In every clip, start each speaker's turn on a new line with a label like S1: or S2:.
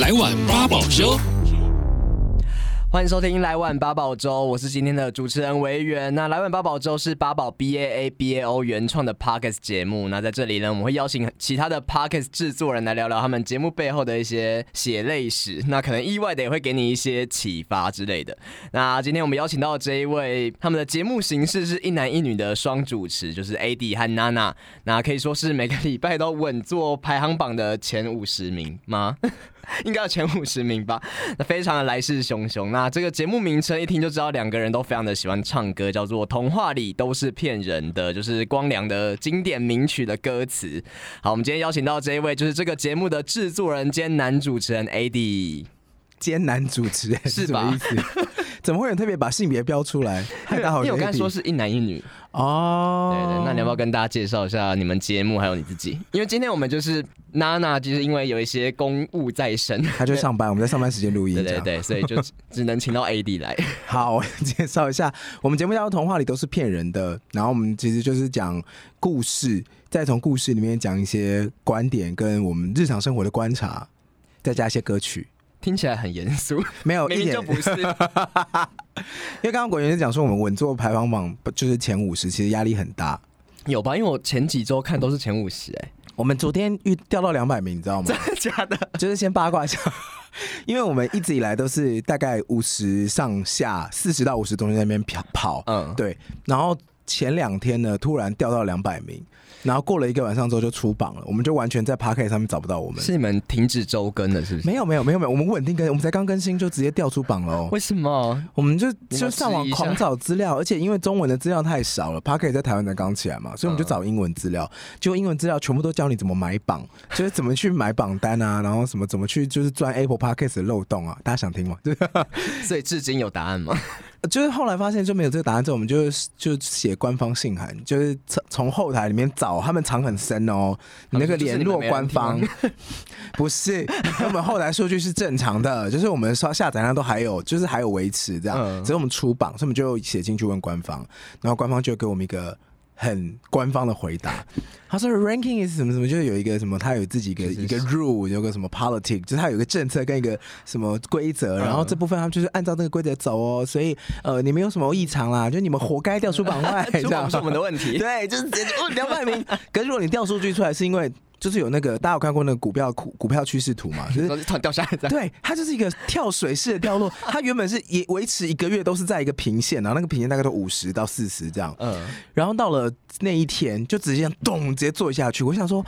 S1: 来碗八宝粥。
S2: 欢迎收听《来碗八宝粥》，我是今天的主持人维园。那《来碗八宝粥》是八宝 B A A B A O 原创的 Podcast 节目。那在这里呢，我们会邀请其他的 Podcast 制作人来聊聊他们节目背后的一些血泪史。那可能意外的也会给你一些启发之类的。那今天我们邀请到的这一位，他们的节目形式是一男一女的双主持，就是 AD 和娜娜。那可以说是每个礼拜都稳坐排行榜的前五十名吗？ 应该要前五十名吧。那非常的来势汹汹。那这个节目名称一听就知道，两个人都非常的喜欢唱歌，叫做《童话里都是骗人的》，就是光良的经典名曲的歌词。好，我们今天邀请到这一位，就是这个节目的制作人兼男主持人 AD。
S3: 艰难主持人
S2: 是
S3: 什
S2: 吧
S3: 么意思？ 怎么会有人特别把性别标出 来？嗨，大家好，
S2: 因为我刚才
S3: Eddie
S2: 说是一男一女，
S3: 哦
S2: 对，对。那你要不要跟大家介绍一下你们节目还有你自己？因为今天我们就是娜娜，就是因为有一些公务在身，
S3: 他就上班，我们在上班时间录音。
S2: 对
S3: 这
S2: 对
S3: 样，
S2: 对，所以就只只能请到 AD 来。
S3: 好，我介绍一下，我们节目叫做《童话里都是骗人的》，然后我们其实就是讲故事，再从故事里面讲一些观点跟我们日常生活的观察，再加一些歌曲。
S2: 听起来很严肃，
S3: 没 有
S2: 明
S3: 哦一
S2: 明
S3: 点
S2: 就，不是。
S3: 因为刚刚果园是讲说我们稳坐排行榜就是前五十，其实压力很大。
S2: 有吧？因为我前几周看都是前五十， 哎，
S3: 我们昨天遇掉到两百名，你知道吗？
S2: 的假的？
S3: 就是先八卦一下， 因为我们一直以来都是大概五十上下，四十到五十中间在那边跑跑，
S2: 嗯，
S3: 对。然后前两天呢，突然掉到两百名，然后过了一个晚上之后就出榜了，我们就完全在 p a r k e t 上面找不到我们。
S2: 是你们停止周更了，是不是？
S3: 没有没有没有没有，我们稳定更，我们才刚更新就直接掉出榜了哦。
S2: 为什么？
S3: 我们就
S2: 你
S3: 就
S2: 们
S3: 上
S2: 质
S3: 网
S2: 疑一下
S3: 狂找资料，而且因为中文的资料太少了 p a r k e t 在台湾才刚起来
S2: 嗯
S3: 嘛，所以我们就找英文资料，结果英文资料全部都教你怎么买榜，就是怎么去买榜单啊，然后什么怎么去就是钻 Apple p a r k e t 的漏洞啊，大家想听吗？就是
S2: 所以至今有答案 吗？
S3: 就是后来发现就没有这个答案之后，我们就就写官方信函，就是从从后台里面找，他们藏很深哦，你那个
S2: 就是
S3: 联
S2: 你们
S3: 络
S2: 没人
S3: 官方
S2: 听
S3: 不是，我们后台数据是正 常的，就是我们刷下载量都还有，就是还有维持这样，
S2: 嗯
S3: 只是我们出榜，所以我们就写进去问官方，然后官方就给我们一个。很官方的回答，他说 ranking is 什么什么，就是有一个什么，他有自己一个
S2: 就是
S3: 一个 rule，有个什么 politic，就是他有一个政策跟一个什么规
S2: 嗯
S3: 则，然后这部分他们就是按照这个规则走哦，所以呃，你们有什么异常啦，就你们活该掉出 榜外，这
S2: 出
S3: 样
S2: 榜不是我 们的问题。
S3: 对，就是直接哦两百名。可是如果你调数据出来，是因为就是有那个大家有看过那个股票股股票趋势图 嘛，就是
S2: 然后 就突然掉下来这样。
S3: 对，它就是一个跳水式的掉落。它原本是也维持一个月都是在一个平线，然后那个平线大概都五十到四十这样。
S2: 嗯，
S3: 然后到了那一天，就直接这样咚直接坐下去。我想说，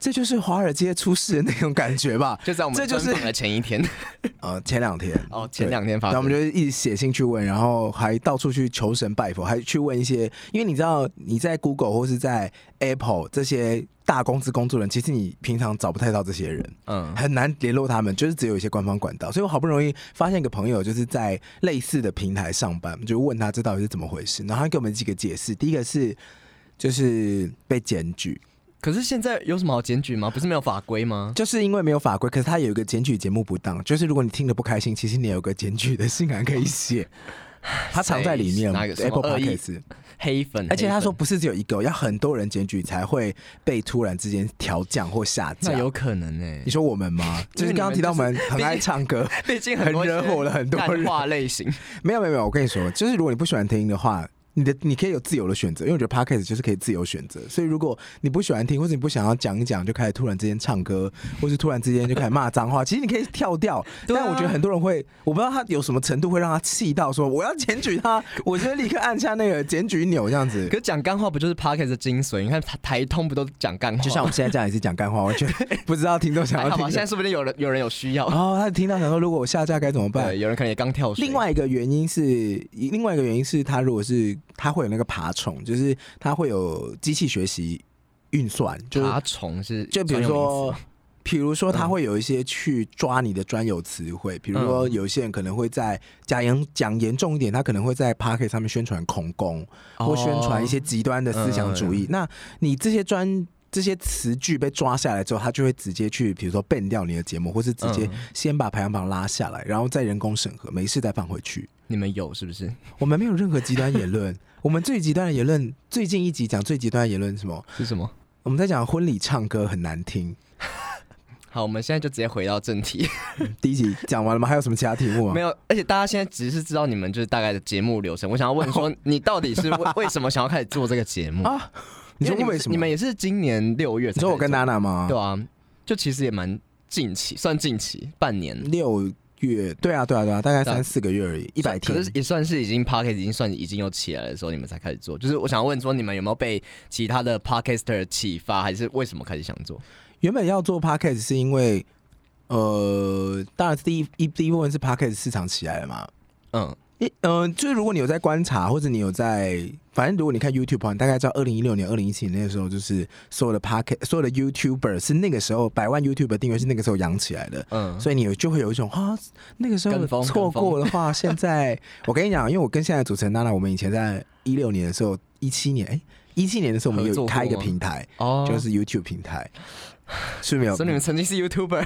S3: 这就是华尔街出事的那种感觉吧？
S2: 就在我们
S3: 这就
S2: 专
S3: 是
S2: 访的前一天。
S3: 呃前两天
S2: 哦，前两天发
S3: 然后
S2: 生。
S3: 我们就一直写信去问，然后还到处去求神拜佛，还去问一些，因为你知道你在 Google 或是在 Apple 这些大公司工作人，其实你平常找不太到这些人，
S2: 嗯，
S3: 很难联络他们，就是只有一些官方管道。所以我好不容易发现一个朋友就是在类似的平台上班，就问他这到底是怎么回事，然后他给我们几个解释，第一个是就是被检举，
S2: 可是现在有什么好检举吗？不是没有法规吗？
S3: 就是因为没有法规，可是他有一个检举节目不当，就是如果你听得不开心，其实你有个检举的信函可 以写，他藏在里面
S2: 哪个什么
S3: Apple
S2: 恶意嗯
S3: Podcast，
S2: 黑粉，
S3: 而且他说
S2: 黑粉
S3: 不是只有一个，要很多人检举才会被突然之间调降或下架
S2: 那。有可能呢
S3: 你。说我们吗？就是刚刚提到我们很爱唱歌，
S2: 毕竟
S3: 很
S2: 多
S3: 惹火了很多
S2: 淡
S3: 人
S2: 化类型，
S3: 没有没有没有，我跟你说，就是如果你不喜欢听的话。你的你可以有自由的选择，因为我觉得 podcast 就是可以自由选择。所以如果你不喜欢听，或者你不想要讲一讲，就开始突然之间唱歌，或是突然之间就开始骂脏 话，其实你可以跳掉。
S2: 对啊
S3: 但我觉得很多人会，我不知道他有什么程度会让他气到说我要检举他，我就立刻按下那个检举钮这样子
S2: 可。是讲干话不就是 p o c k e t 的精髓？你看台台通不都讲干话？
S3: 就像我们现在这样也是讲干话，我觉得不知道听众想
S2: 还
S3: 要
S2: 好吧，
S3: 听
S2: 现在
S3: 什么。
S2: 说不定有人有人有需要。
S3: 哦，他听到想说如果我下架该怎么办
S2: 对，？有人可能也刚跳水。
S3: 另，外一个原因是，另外一个原因是，它如果是它会有那个爬虫，就是它会有机器学习运算，就是
S2: 爬虫是
S3: 就比如
S2: 专有名
S3: 说
S2: 词吗，嗯
S3: 比如说它会有一些去抓你的专有词汇，比如说有一些人可能会在讲严讲严重一点，他可能会在 p a r k e t 上面宣传恐攻，或宣
S2: 哦
S3: 传一些极端的思想主义。
S2: 嗯
S3: 那你这些专这些词句被抓下来之后，他就会直接去，比如说 ban 掉你的节目，或是直接
S2: 嗯
S3: 先把排行榜拉下来，然后再人工审核，没事再放回去。
S2: 你们有是不是？
S3: 我们没有任何极端言论，我们最极端的言论，最近一集讲最极端的言论是什么？
S2: 是什么？
S3: 我们在讲婚礼唱歌很难听，
S2: 好，我们现在就直接回到正 题。
S3: 第一集讲完了吗？还有什么其他题目吗？啊
S2: 没有，而且大家现在只是知道你们就是大概的节目流程。我想要问 说，你到底是为为什么想要开始做这个节目？
S3: 啊，你
S2: 因为
S3: 说
S2: 你
S3: 为
S2: 们
S3: 什
S2: 是
S3: 么？
S2: 你们也是今年六月才开始
S3: 你
S2: 做？
S3: 说我跟娜娜吗？
S2: 对啊，就其实也蛮近期，算近期半年，
S3: 六月，对啊，对啊，对啊，大概
S2: 对啊
S3: 三四个月而已，一百天
S2: 可。是也算是已经 podcast 已经算已经有起来的时候，你们才开始做。就是我想问说，你们有没有被其他的 podcaster 启发，还是为什么开始想做？
S3: 原本要做 podcast 是因为，呃，当然是第一一第一部分是 podcast 市场起来了嘛。
S2: 嗯，
S3: 一呃，就是如果你有在观察，或者你有在，反正如果你看 YouTube 的话，你大概知道二零一六年、二零一七年那个时候，就是所有的 podcast、所有的 YouTuber 是那个时候百万 YouTuber 订阅是那个时候养起来的。
S2: 嗯
S3: 所以你有就会有一种啊，那个时
S2: 跟
S3: 候
S2: 风
S3: 错
S2: 跟风
S3: 过的 话，现在我跟你讲，因为我跟现在的主持人娜娜，我们以前在一六年的时候，一七年，哎，一七年的时候我们
S2: 合作过
S3: 有开一个
S2: 吗
S3: 平台，
S2: 哦
S3: 就是 YouTube 平台，是没有
S2: 所以你们曾经是 YouTuber，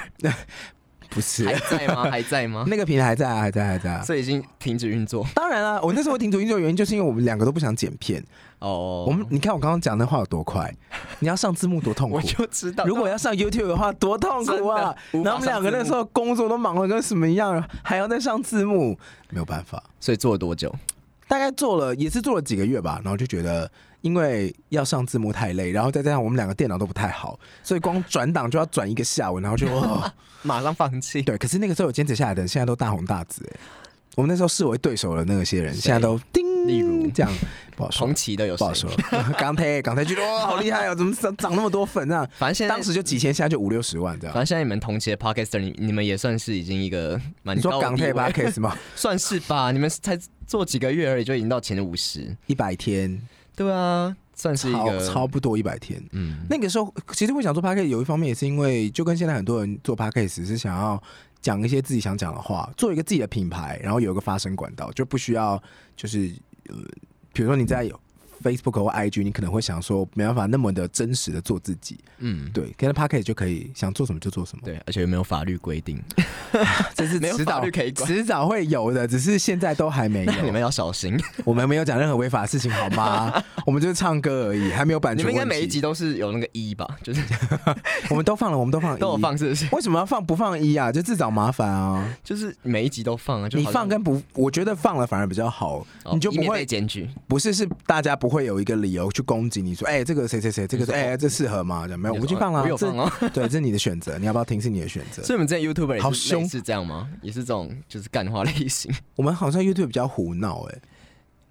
S3: 不是
S2: 还在吗？还在吗？
S3: 那个平台还在啊，还在，还在啊。
S2: 所以已经停止运作
S3: 当然啊，我那时候停止运作的原因，就是因为我们两个都不想剪片。
S2: 哦。
S3: 我们你看我刚刚讲的话有多 快，你要上字幕多痛苦
S2: 我。就知道，
S3: 如果要上 YouTube 的话，多痛苦啊！
S2: 真的无法
S3: 然后我们两个那时候工作都忙得跟什么一样，还要再上字幕，没有办法。
S2: 所以做了多久？
S3: 大概做了也是做了几个月吧，然后就觉得因为要上字幕太累，然后再加上我们两个电脑都不太好，所以光转档就要转一个下午，然后就、哦、
S2: 马上放弃。
S3: 对。可是那个时候有坚持下来的人，现在都大红大紫、欸。我们那时候视为对手的那些人，
S2: 谁
S3: 现在都叮，
S2: 例如
S3: 这样不好说
S2: 同，期的有
S3: 不
S2: 谁
S3: 好？说。 港台港台剧哇，好厉害哦，怎么长长那么多粉这样？
S2: 反正现在
S3: 当时就几千，现在就五六十万这
S2: 反
S3: 样。
S2: 正现在你们同期的 podcaster，你你们也算是已经一个蛮
S3: 你说
S2: 高
S3: 港
S2: 的
S3: 台
S2: 地
S3: 吧
S2: 位，
S3: case 吗？
S2: 算是吧？你们才做几个月而已，就已经到前五十，
S3: 一百天，
S2: 对啊，算是一
S3: 超
S2: 个
S3: 超不多一百天。
S2: 嗯，
S3: 那个时候，其实我想做 podcast，有一方面也是因为，就跟现在很多人做 podcast 是想要讲一些自己想讲的话，做一个自己的品牌，然后有一个发声管道，就不需要就是呃，比如说你在 Facebook 或 IG，你可能会想说没办法那么的真实的做自己，
S2: 嗯，
S3: 对，跟 podcast 就可以想做什么就做什么，
S2: 对，而且有没有法律规 定？
S3: 这是
S2: 没有
S3: 迟
S2: 法
S3: 早
S2: 律可以管
S3: 迟早会有的，只是现在都还没有
S2: 那。 你们要小心，
S3: 我们没有讲任何违法的事情好吗？我们就是唱歌而已，还没有版
S2: 你
S3: 权
S2: 们
S3: 问
S2: 应
S3: 题。
S2: 该每一集都是有那个一 吧？就是
S3: 我们都放了，我们都放了，
S2: 都有放，是不是？
S3: 为什么要放不放一啊？就自找麻烦啊！
S2: 就是每一集都放啊，就
S3: 你
S2: 好像
S3: 放跟不，我觉得放了反而比较好，
S2: 哦
S3: 你就
S2: 以
S3: 不
S2: 免被
S3: 会
S2: 检举，
S3: 不是是大家不会有一个理由去攻击你说，哎、这个谁谁谁，这个
S2: 你说
S3: 哎、这适合吗？这样没有，
S2: 你
S3: 我
S2: 说
S3: 不去放了，啊
S2: 我有放哦。
S3: 这对，这是你的选择，你要不要听是你的选 择。
S2: 所以我们之前 YouTuber 也
S3: 好
S2: 是类
S3: 凶
S2: 似这样吗？也是这种就是干话类型
S3: 我们好像 YouTube 比较胡闹哎、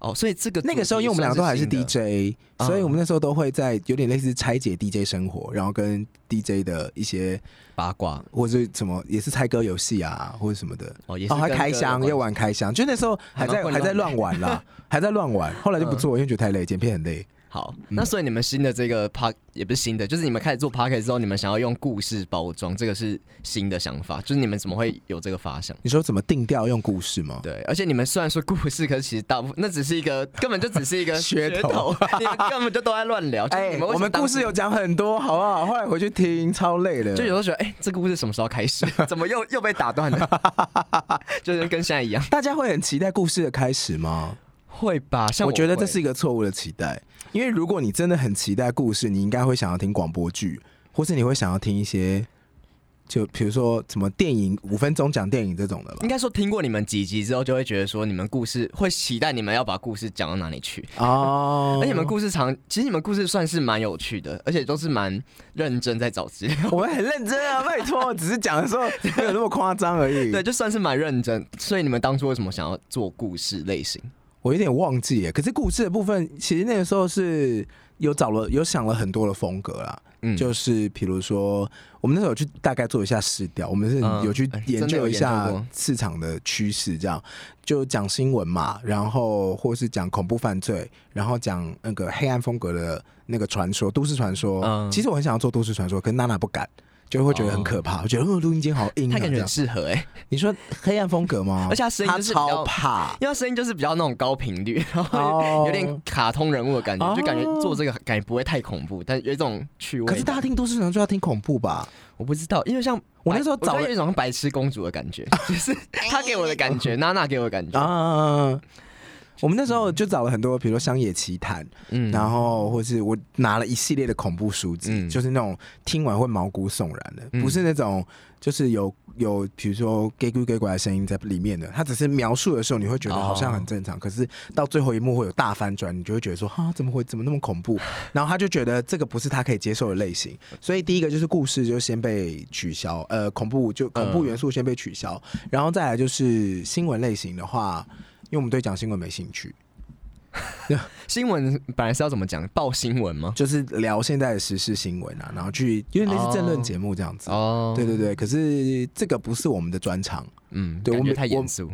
S2: 哦。所以这个
S3: 那个时候因为我们两个都还是 DJ，
S2: 嗯
S3: 所以我们那时候都会在有点类似拆解 DJ 生活，然后跟 DJ 的一些
S2: 八卦
S3: 或者是什么也是猜歌游戏啊或者什么的，
S2: 哦，也是
S3: 然后还
S2: 跟
S3: 开
S2: 歌有
S3: 箱，
S2: 关
S3: 又玩开箱，就那时候还在
S2: 还蛮混乱
S3: 还
S2: 的嗯
S3: 在乱 玩啦，还在乱玩，后来就不做，因为觉得太累，剪片很累。
S2: 好，那所以你们新的这个 park 也不是新的，就是你们开始做 park 之后，你们想要用故事包装，这个是新的想法，就是你们怎么会有这个发想？
S3: 你说怎么定调用故事吗？
S2: 对，而且你们虽然说故事，可是其实大部分那只是一个，根本就只是一个
S3: 噱头
S2: 头，
S3: 哎
S2: 你们根本就都在乱聊。就是你们为
S3: 我
S2: 什么
S3: 们
S2: 当
S3: 故
S2: 时
S3: 事有讲很多，好不好？后来回去听，超累的。
S2: 就有时候觉得，哎、这个故事什么时候开 始？怎么又又被打断了？就是跟现在一样，
S3: 大家会很期待故事的开始吗？
S2: 会吧？像
S3: 我
S2: 我
S3: 觉得这
S2: 会
S3: 是一个错误的期待，因为如果你真的很期待故事，你应该会想要听广播剧，或是你会想要听一些，就比如说什么电影五分钟讲电影这种的吧
S2: 应。该说听过你们几集之后，就会觉得说你们故事会期待你们要把故事讲到哪里去。
S3: 哦
S2: 而且你们故事常，其实你们故事算是蛮有趣的，而且都是蛮认真在找资料。
S3: 我们很认真啊，拜托，只是讲的时候没有那么夸张而 已。
S2: 对，就算是蛮认真。所以你们当初为什么想要做故事类型？
S3: 我有点忘记耶。可是故事的部分，其实那个时候是有找了，有想了很多的风格啦。
S2: 嗯
S3: 就是比如说，我们那时候有去大概做一下市调，我们是
S2: 嗯
S3: 有去
S2: 哎
S3: 研
S2: 真的
S3: 究
S2: 有研
S3: 一
S2: 究
S3: 下
S2: 过
S3: 市场的趋势，这样就讲新闻嘛，然后或是讲恐怖犯罪，然后讲那个黑暗风格的那个传说、都市传说。
S2: 嗯
S3: 其实我很想要做都市传说，可是娜娜不敢。就会觉得很可怕，我觉得嗯，录音间好阴
S2: 他
S3: 啊！
S2: 感
S3: 这
S2: 觉
S3: 样
S2: 很适合哎、
S3: 你说黑暗风格吗？
S2: 而且他声音就是比较
S3: 超怕，
S2: 因为他声音就是比较那种高频率， 然后
S3: 哦
S2: 有点卡通人物的感觉，
S3: 哦
S2: 就感觉做这个感觉不会太恐怖，但有一种趣味感。
S3: 可是大家听都市传说就要听恐怖吧？
S2: 我不知道，因为像
S3: 我那时候
S2: 白
S3: 找
S2: 我觉得
S3: 了
S2: 有一种
S3: 哎
S2: 白痴公主的感觉，就是他给我的感觉，娜娜给我的感觉，
S3: 啊，我们那时候就找了很多，比如说乡野奇谈，
S2: 嗯
S3: 然后或是我拿了一系列的恐怖书籍，
S2: 嗯
S3: 就是那种听完会毛骨悚然的，
S2: 嗯
S3: 不是那种就是有有比如说 gay 鬼 gay 怪的声音在里面的，它只是描述的时候你会觉得好像
S2: 哦
S3: 很正常，可是到最后一幕会有大翻转，你就会觉得说啊怎么会怎么那么恐 怖，然后他就觉得这个不是他可以接受的类型，所以第一个就是故事就先被取消，呃，恐怖就
S2: 嗯
S3: 恐怖元素先被取消，然后再来就是新闻类型的话，因为我们对讲新闻没兴趣，
S2: 新闻本来是要怎么讲？报新闻吗？
S3: 就是聊现在的时事新闻啊，然后去因为那是政论节目这样子。
S2: 哦，
S3: 对，对对，可是这个不是我们的专长，
S2: 嗯，
S3: 对
S2: 感
S3: 我
S2: 觉
S3: 们
S2: 太严肃。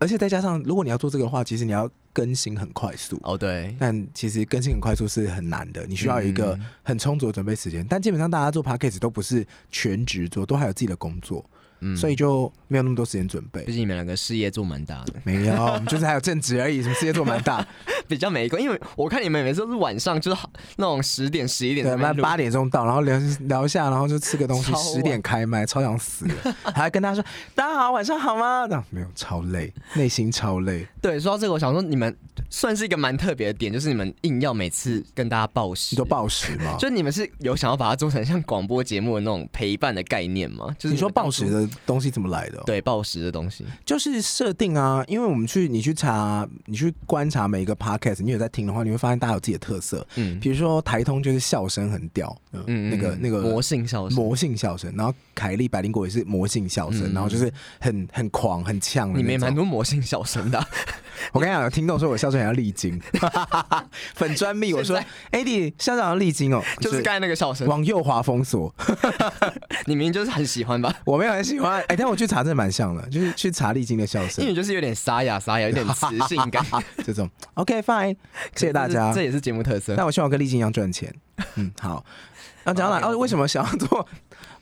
S3: 而且再加上如果你要做这个的话，其实你要更新很快速。
S2: 哦，对，
S3: 但其实更新很快速是很难的，你需要有一
S2: 嗯
S3: 个很充足的准备时间。但基本上大家做 p a c k a g e 都不是全职做，都还有自己的工作，
S2: 嗯
S3: 所以就没有那么多时间准备
S2: 毕。竟你们两个事业做蛮 大的，
S3: 没有，我们就是还有正职而已，什么事业做蛮大，
S2: 比较没空。因为我看你们每次都是晚上，就是那种十点、十一点
S3: 对，
S2: 在那
S3: 妈
S2: 边录
S3: 八点钟到，然后聊聊一下，然后就吃个东西，
S2: 超晚
S3: 十点开麦，超想死了，还跟他说大家好，晚上好吗？那没有，超累，内心超累。
S2: 对，说到这个，我想说你们算是一个蛮特别的点，就是你们硬要每次跟大家报时
S3: 你说，啊暴食吗？
S2: 就你们是有想要把它做成像广播节目的那种陪伴的概念吗？就是
S3: 你说暴食
S2: 时
S3: 的哦东西怎么来的哦？
S2: 对报时的东西，
S3: 就是设定啊，因为我们去你去查，你去观察每一个 podcast，你有在听的话，你会发现大家有自己的特色。
S2: 嗯
S3: 比如说台通就是笑声很屌，嗯，
S2: 嗯，
S3: 那个
S2: 嗯
S3: 那个
S2: 魔性笑声，
S3: 魔性笑声，然后凯莉百灵果也是魔性笑声，
S2: 嗯
S3: 然后就是很很狂很呛的那
S2: 你们
S3: 种。
S2: 也蛮多魔性笑声 的啊、
S3: 我跟你讲，有听众说我校长要历经， 粉专密我说，AD 校长要历经哦，
S2: 就是刚才那个笑声，
S3: 往右滑封锁，
S2: 你明明就是很喜欢吧？
S3: 我没有很喜欢，哎、但我去查真的蛮像的，就是去查历经的笑
S2: 因为
S3: 声
S2: 你就是有点沙哑沙哑，有点磁性感。
S3: 这种，OK fine，谢谢大 家
S2: 这。也是节目特色。
S3: 但我希望我跟历经一样赚 钱，嗯好。那讲到哪？
S2: 好
S3: 哦，为什么想要做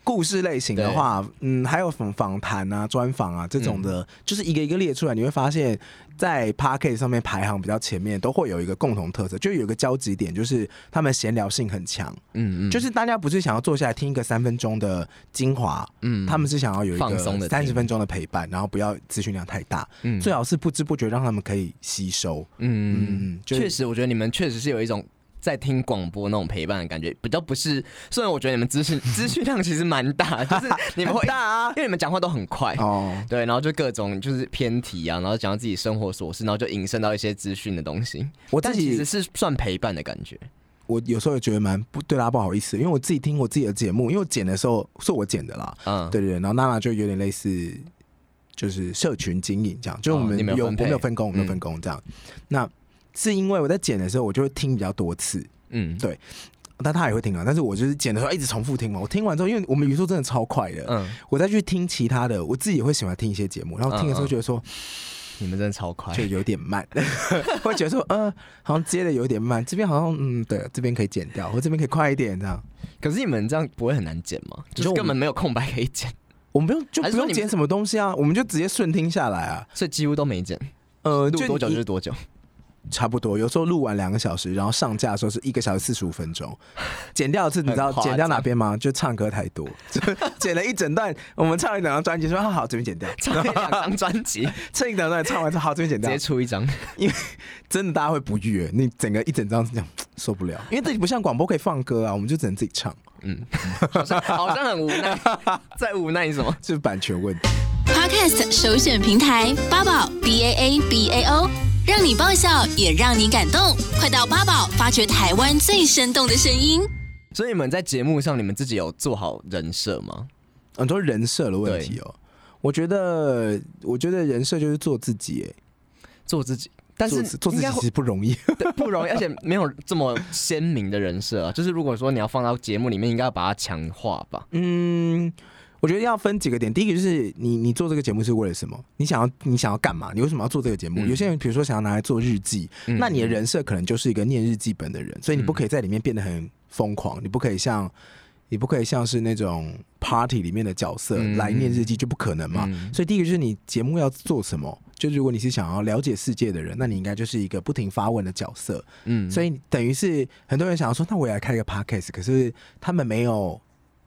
S3: 故事类型的话，嗯，还有访访谈啊、专访啊这种
S2: 嗯
S3: 的，就是一个一个列出来，你会发现在 p a r k e t 上面排行比较前面，都会有一个共同特色，就有一个交集点，就是他们闲聊性很强。
S2: 嗯嗯，
S3: 就是大家不是想要坐下来听一个三分钟的精华，
S2: 嗯
S3: 他们是想要有一
S2: 放松地听
S3: 个三十分钟的陪伴，然后不要资讯量太大，
S2: 嗯
S3: 最好是不知不觉让他们可以吸收。
S2: 嗯，
S3: 嗯，就
S2: 确
S3: 是
S2: 实，我觉得你们确实是有一种。在听广播那种陪伴的感觉，比较不是。虽然我觉得你们资讯资讯量其实蛮大，就是你们会，
S3: 大啊
S2: 因，为你们讲话都很快，
S3: 哦。
S2: 对，然后就各种就是偏题啊，然后讲到自己生活琐事，然后就引申到一些资讯的东西。
S3: 我自
S2: 但其
S3: 己
S2: 实是算陪伴的感觉，
S3: 我有时候也觉得蛮不对他不好意思，因为我自己听我自己的节目，因为我剪的时候是我剪的啦，
S2: 嗯，
S3: 对对对，然后娜娜就有点类似，就是社群经营这样，就是我
S2: 哦
S3: 们
S2: 你们有
S3: 有我
S2: 分配嗯
S3: 们有分工，我们有分工这样。那是因为我在剪的时候，我就会听比较多次，
S2: 嗯，
S3: 对但她也会听啊，但是我就是剪的时候一直重复听嘛，我听完之后，因为我们语速真的超快的，
S2: 嗯，
S3: 我再去听其他的，我自己也会喜欢听一些节目，然后听的时候觉得说。
S2: 啊你们真的超快，
S3: 就有点慢， 会觉得说，呃，好像接的有点慢，这边好像，嗯，对，这边可以剪掉，或这边可以快一点这样。
S2: 可是你们这样不会很难剪吗？就是
S3: 你说我们
S2: 根本没有空白可以剪，
S3: 我们不用就
S2: 还
S3: 不
S2: 是说
S3: 用
S2: 你们
S3: 剪什么东西啊，我们就直接顺听下来啊。
S2: 所以几乎都没剪，
S3: 呃，
S2: 录多久就
S3: 你
S2: 是多久。
S3: 差不多，有时候录完两个小时，然后上架的时候是一个小时四十五 分钟，剪掉是，你知道
S2: 很夸张
S3: 剪掉哪边吗？就唱歌太多，就剪了一整段，我们唱了一整张专辑，说啊好这边剪掉，
S2: 唱一两张专 辑，
S3: 唱一整段唱完之后好这边剪
S2: 直
S3: 掉
S2: 接，出一张。
S3: 真的大家会不悦，你整个一整张是这 样受不了，因为这里不像广播可以放歌啊，我们就只能自己唱，
S2: 嗯，好像好像很无奈， 在无奈什么？
S3: 这是版权问题。
S1: Podcast 首选平台八宝 B A A B A O，让你爆笑也让你感动。快到八宝发掘台湾最生动的声音。
S2: 所以你们在节目上，你们自己有做好人设吗？
S3: 很多人设的问题哦。我觉得，我觉得人设就是做自己，哎，
S2: 做自己，但是
S3: 做自做自
S2: 应
S3: 己
S2: 该
S3: 其
S2: 会
S3: 实不容易。
S2: 对不容易，而且没有这么鲜明的人设啊。就是如果说你要放到节目里面，应该要把它强化吧。
S3: 嗯，我觉得要分几个点。第一个就是你，你做这个节目是为了什么？你想要，你想要干嘛？你为什么要做这个节目？
S2: 嗯
S3: 有些人比如说想要拿来做日记，
S2: 嗯
S3: 那你的人设可能就是一个念日记本的人，所以你不可以在里面变得很疯狂，你不可以像，你不可以像是那种 party 里面的角色
S2: 嗯
S3: 来念日记，就不可能嘛。
S2: 嗯
S3: 所以第一个就是你节目要做什么。就如果你是想要了解世界的人，那你应该就是一个不停发问的角色。
S2: 嗯
S3: 所以等于是很多人想要说，那我也来开一个 podcast，可是他们没有。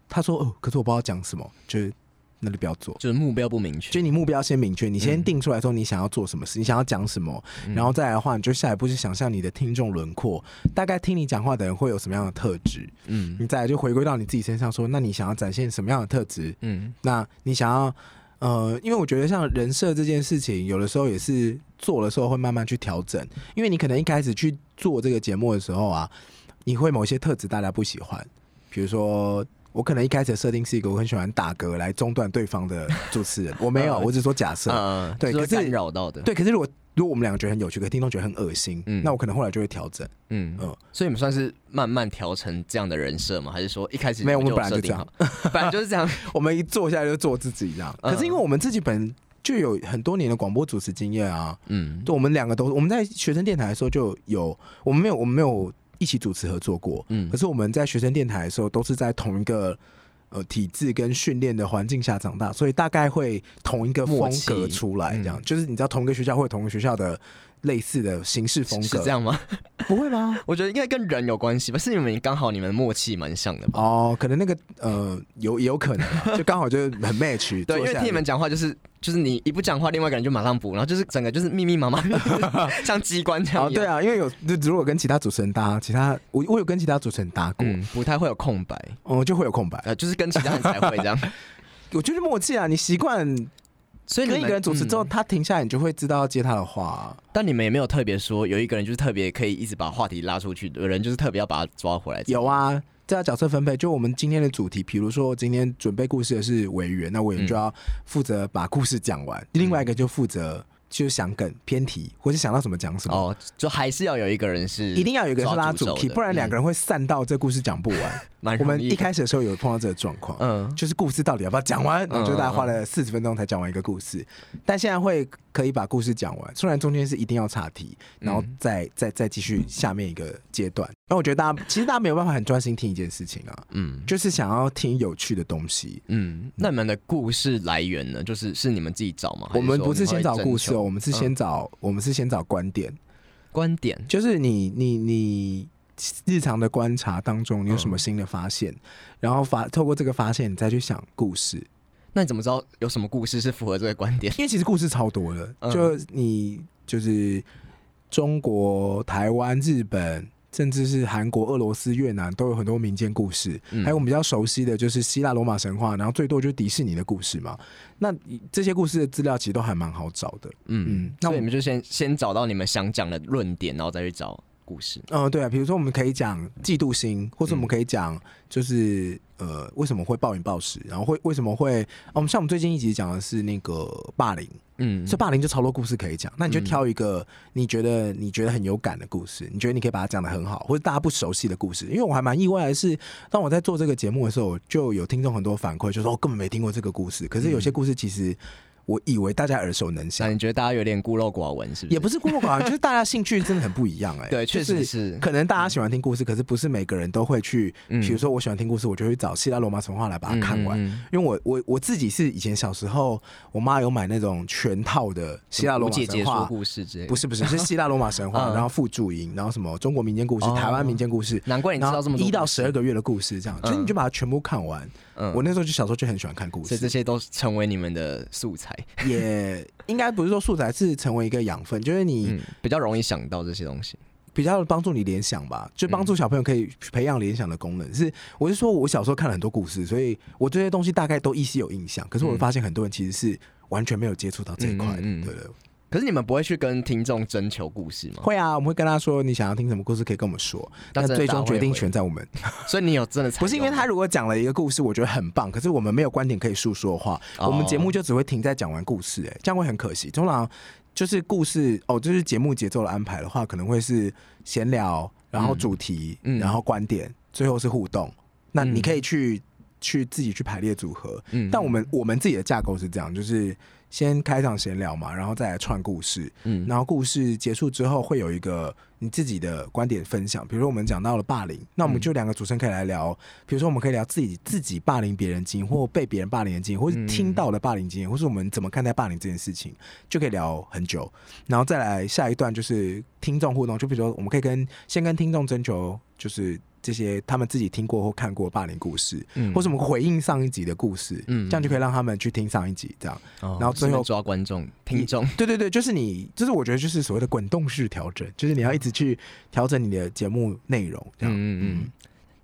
S3: 他说：“哦，可是我不知道讲什么，就是那就不要做。
S2: 就是目标不明
S3: 就
S2: 确。
S3: 你目标先明确，你先定出来说你想要做什么事，你想要讲什么，
S2: 嗯
S3: 然后再来的话，你就下一步是想象你的听众轮廓，大概听你讲话的人会有什么样的特质，
S2: 嗯
S3: 你再来就回归到你自己身上说那你想要展现什么样的特质？
S2: 嗯
S3: 那你想要呃，因为我觉得像人设这件事情，有的时候也是做的时候会慢慢去调整，因为你可能一开始去做这个节目的时候啊，你会某些特质大家不喜欢，比如说。我可能一开始的设定是一个我很喜欢打嗝来中断对方的主持人，我没有，
S2: 嗯
S3: 我只是说假设。
S2: 嗯，
S3: 对
S2: 就
S3: 可
S2: 会
S3: 是
S2: 干扰到的。，
S3: 对，可是如果如果我们两个觉得很有趣，可听众觉得很恶心，
S2: 嗯
S3: 那我可能后来就会调整。
S2: 嗯
S3: 嗯
S2: 所以你们算是慢慢调成这样的人设吗？还是说一开始
S3: 没有
S2: 你
S3: 我们
S2: 就
S3: 本来就
S2: 设定好， 本来就是 这样。
S3: 我们一坐下来就做自己这样。
S2: 嗯
S3: 可是因为我们自己本就有很多年的广播主持经验啊，
S2: 嗯，
S3: 对，我们两个都我们在学生电台的时候就有，我们没有我们没有一起主持合作过，
S2: 嗯
S3: 可是我们在学生电台的时候都是在同一个。呃，体制跟训练的环境下长大，所以大概会同一个
S2: 默
S3: 风
S2: 契
S3: 格出来，这样、
S2: 嗯
S3: 就是你知道同一个学校会有同一个学校的类似的形式风格，
S2: 是这样吗？
S3: 不会吗？
S2: 嗯我觉得应该跟人有关系吧，是你们刚好你们默契蛮像的吧？
S3: 哦，可能那个呃，有有可能 啊，就刚好就是很 match
S2: 对，因
S3: 坐
S2: 为
S3: 下来
S2: 听你们讲话就是就是你一不讲话，另外一个人就马上补，然后就是整个就是密密 麻麻，就是像机关枪
S3: 哦，
S2: 一
S3: 对
S2: 样。
S3: 啊，因为有就如果跟其他主持人搭，其他我我有跟其他主持人搭过，
S2: 嗯，不太会有空白，
S3: 哦，就会有空白。
S2: 呃，就是跟其他人才会这 样。
S3: 我觉得默契啊，你习惯
S2: 所以你
S3: 跟
S2: 们
S3: 一个人主持之后，
S2: 嗯
S3: 他停下来，你就会知道要接他的话啊。
S2: 但你们也没有特别说有一个人就是特别可以一直把话题拉出去的人，就是特别要把他抓回来。
S3: 有，啊，这叫角色分配。就我们今天的主题，比如说我今天准备故事的是委员，那
S2: 嗯
S3: 委员就要负责把故事讲完，另外一个就负责就是想梗、偏题，或是想到什么讲什么。
S2: 哦，就还是要有一个人是
S3: 一定要有一个人是拉主
S2: 抓
S3: key，
S2: 的
S3: 不然两
S2: 嗯
S3: 个人会散到这故事讲不完。
S2: 蛮
S3: 我
S2: 容
S3: 们
S2: 易
S3: 一开始的时候有碰到这个状况，
S2: 嗯
S3: 就是故事到底要不要讲完，然后就大家花了四十分钟才讲完一个故事，但现在会可以把故事讲完，虽然中间是一定要岔题，然后
S2: 嗯
S3: 再、再再继续下面一个阶段。那我觉得大家其实大家没有办法很专心听一件事情啊，
S2: 嗯
S3: 就是想要听有趣的东西。
S2: 嗯，那你们的故事来源呢？就是是你们自己找吗？还
S3: 我们
S2: 说
S3: 不是
S2: 你会
S3: 先找故事
S2: 征
S3: 哦，
S2: 求嗯
S3: 我们是先找、我们是先找观点，
S2: 观点，
S3: 就是你你你日常的观察当中，你有什
S2: 嗯
S3: 么新的发现，然后发透过这个发现，你再去想故事。
S2: 那你怎么知道有什么故事是符合这个观点？
S3: 因为其实故事超多的，
S2: 嗯
S3: 就你就是中国、台湾、日本，甚至是韩国、俄罗斯、越南，都有很多民间故事。
S2: 嗯
S3: 还有我们比较熟悉的就是希腊罗马神话，然后最多就是迪士尼的故事嘛。那这些故事的资料其实都还蛮好找的。
S2: 嗯
S3: 嗯，
S2: 那
S3: 那我
S2: 我们就先先找到你们想讲的论点，然后再去找故事。
S3: 嗯、对啊，比如说我们可以讲嫉妒心，或
S2: 嗯
S3: 者我们可以讲就是、呃为什么会暴饮暴食，然后会为什么会，哦我、们像我们最近一集讲的是那个霸凌，
S2: 嗯
S3: 所以霸凌就超多故事可以讲，那你就
S2: 嗯
S3: 挑一个你觉得你觉得很有感的故事，你觉得你可以把它讲的很好，或者大家不熟悉的故事。因为我还蛮意外的是，当我在做这个节目的时候，就有听众很多反馈，就说哦根本没听过这个故事。可是有
S2: 嗯
S3: 些故事其实我以为大家耳熟能详，
S2: 那你觉得大家有点孤陋寡闻，是不是？
S3: 也不是孤陋 寡闻，就是大家兴趣真的很不一样哎、
S2: 对，确
S3: 就
S2: 实是。
S3: 可能大家喜欢听故事，可是不是每个人都会去。
S2: 嗯
S3: 比如说，我喜欢听故事，我就会找希腊罗马神话来把它看完。
S2: 嗯嗯嗯
S3: 因为我我我自己是以前小时候，我妈有买那种全套的希腊罗
S2: 无
S3: 马
S2: 解结
S3: 神
S2: 束
S3: 话，
S2: 故事之类的，
S3: 不是不是 是希腊罗马神话，
S2: 嗯
S3: 然后附注音，然后什么中国民间故事、
S2: 哦
S3: 台湾民间故事，
S2: 难怪你知道这么多
S3: 一到
S2: 故事
S3: 十二个月的故事，这样，所以你就把它全部看完。
S2: 嗯
S3: 我那时候就小时候就很喜欢看故
S2: 所以这
S3: 事，
S2: 些都成为你们的素材，
S3: 也应该不是说素材是成为一个养分，就是你
S2: 嗯， 比较容易想到这些东西。
S3: 比较帮助你联想吧，就帮
S2: 嗯
S3: 助小朋友可以培养联想的功能。是我是说我小时候看了很多故事，所以我这些东西大概都依稀有印
S2: 嗯
S3: 象，可是我发现很多人其实是完全没有接触到这一块的，
S2: 嗯嗯嗯
S3: 对对。啊
S2: 可是你们不会去跟听众征求故事吗？
S3: 会啊，我们会跟他说你想要听什么故事，可以跟我们说，
S2: 但
S3: 但
S2: 真的
S3: 最
S2: 大家
S3: 终
S2: 会
S3: 决定
S2: 回
S3: 权在我们。
S2: 所以你有真的采
S3: 不是因为
S2: 用
S3: 他如果讲了一个故事，我觉得很棒，可是我们没有观点可以诉说的话，
S2: 哦
S3: 我们节目就只会停在讲完故事、哎，这样会很可惜。通常就是故事哦，就是节目节奏的安排的话，可能会是闲聊，然后主题，
S2: 嗯
S3: 然后观点，最后是互动。那
S2: 嗯
S3: 你可以去、去自己去排列组合，
S2: 嗯
S3: 但我们我们自己的架构是这样，就是先开场闲聊嘛，然后再来串故事，
S2: 嗯
S3: 然后故事结束之后会有一个你自己的观点分享，比如说我们讲到了霸凌，那我
S2: 嗯
S3: 们就两个主持人可以来聊，比如说我们可以聊自己自己霸凌别人经验，或被别人霸凌的经验，或是听到的霸凌经
S2: 嗯
S3: 验，或是我们怎么看待霸凌这件事情，就可以聊很久。然后再来下一段就是听众互动，就比如说我们可以跟先跟听众征求就是这些他们自己听过或看过霸凌故事，
S2: 嗯
S3: 或是我们回应上一集的故事，
S2: 嗯
S3: 这样就可以让他们去听上一集，这样。
S2: 哦
S3: 然后最
S2: 顺
S3: 后
S2: 便抓观众、听众，
S3: 对对对，就是你，就是我觉得就是所谓的滚动式调整，就是你要一直去调整你的节目内容，这样。
S2: 嗯嗯嗯。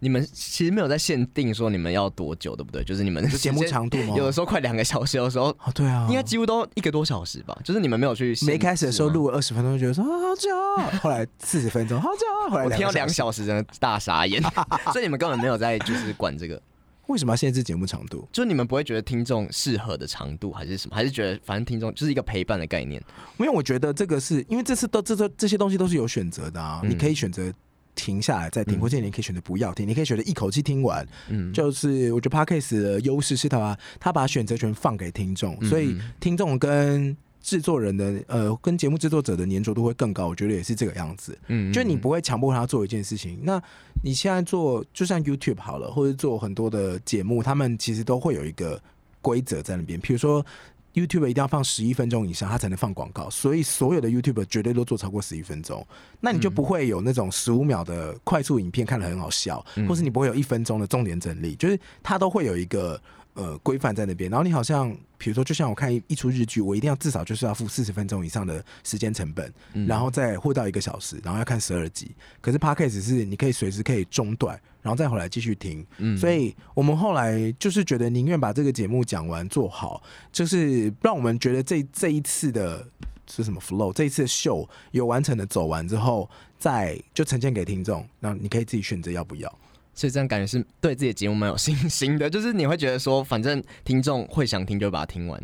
S2: 你们其实没有在限定说你们要多久，对不对？就是你们的
S3: 就节目
S2: 时间
S3: 长度吗
S2: 有的时候快两个小时，有的时候
S3: 哦，对啊，
S2: 应该几乎都一个多小时吧。就是你们没有去限制
S3: 没开始的时候
S2: 吗，
S3: 录二十分钟，就觉得说啊好久哦，后来四十分钟好久哦，后来
S2: 我听到
S3: 个
S2: 两
S3: 小时
S2: 小时真的大傻眼， 所以你们根本没有在就是管这个，
S3: 为什么要限制节目长度？
S2: 就是你们不会觉得听众适合的长度还是什么，还是觉得反正听众就是一个陪伴的概念。
S3: 因为我觉得这个是因为这次都这这这些东西都是有选择的啊，
S2: 嗯
S3: 你可以选择停下来再听，
S2: 嗯
S3: 或者你可以选择不要听，你可以选择一口气听完。
S2: 嗯，
S3: 就是我觉得 podcast 的优势是它它把选择权放给听众，
S2: 嗯
S3: 所以听众跟制作人的呃跟节目制作者的粘着度会更高，我觉得也是这个样子。
S2: 嗯
S3: 就你不会强迫他做一件事情。那你现在做，就像 YouTube 好了，或者做很多的节目，他们其实都会有一个规则在那边。比如说 YouTube 一定要放十一分钟以上，它才能放广告，所以所有的 YouTube 绝对都做超过十一分钟。那
S2: 嗯
S3: 你就不会有那种十五秒的快速影片看得很好笑，
S2: 嗯
S3: 或是你不会有一分钟的重点整理，就是它都会有一个。呃，规范在那边，然后你好像，比如说，就像我看一一出日剧，我一定要至少就是要付四十分钟以上的时间成本，
S2: 嗯
S3: 然后再或到一个小时，然后要看十二集。可是 podcast 是你可以随时可以中断，然后再回来继续听。
S2: 嗯
S3: 所以我们后来就是觉得宁愿把这个节目讲完做好，就是让我们觉得这这一次的是什么 flow，这一次的秀有完成的走完之后，再就呈现给听众，然后你可以自己选择要不要。
S2: 所以这样感觉是对自己的节目蛮有信心的，就是你会觉得说，反正听众会想听就把它听完，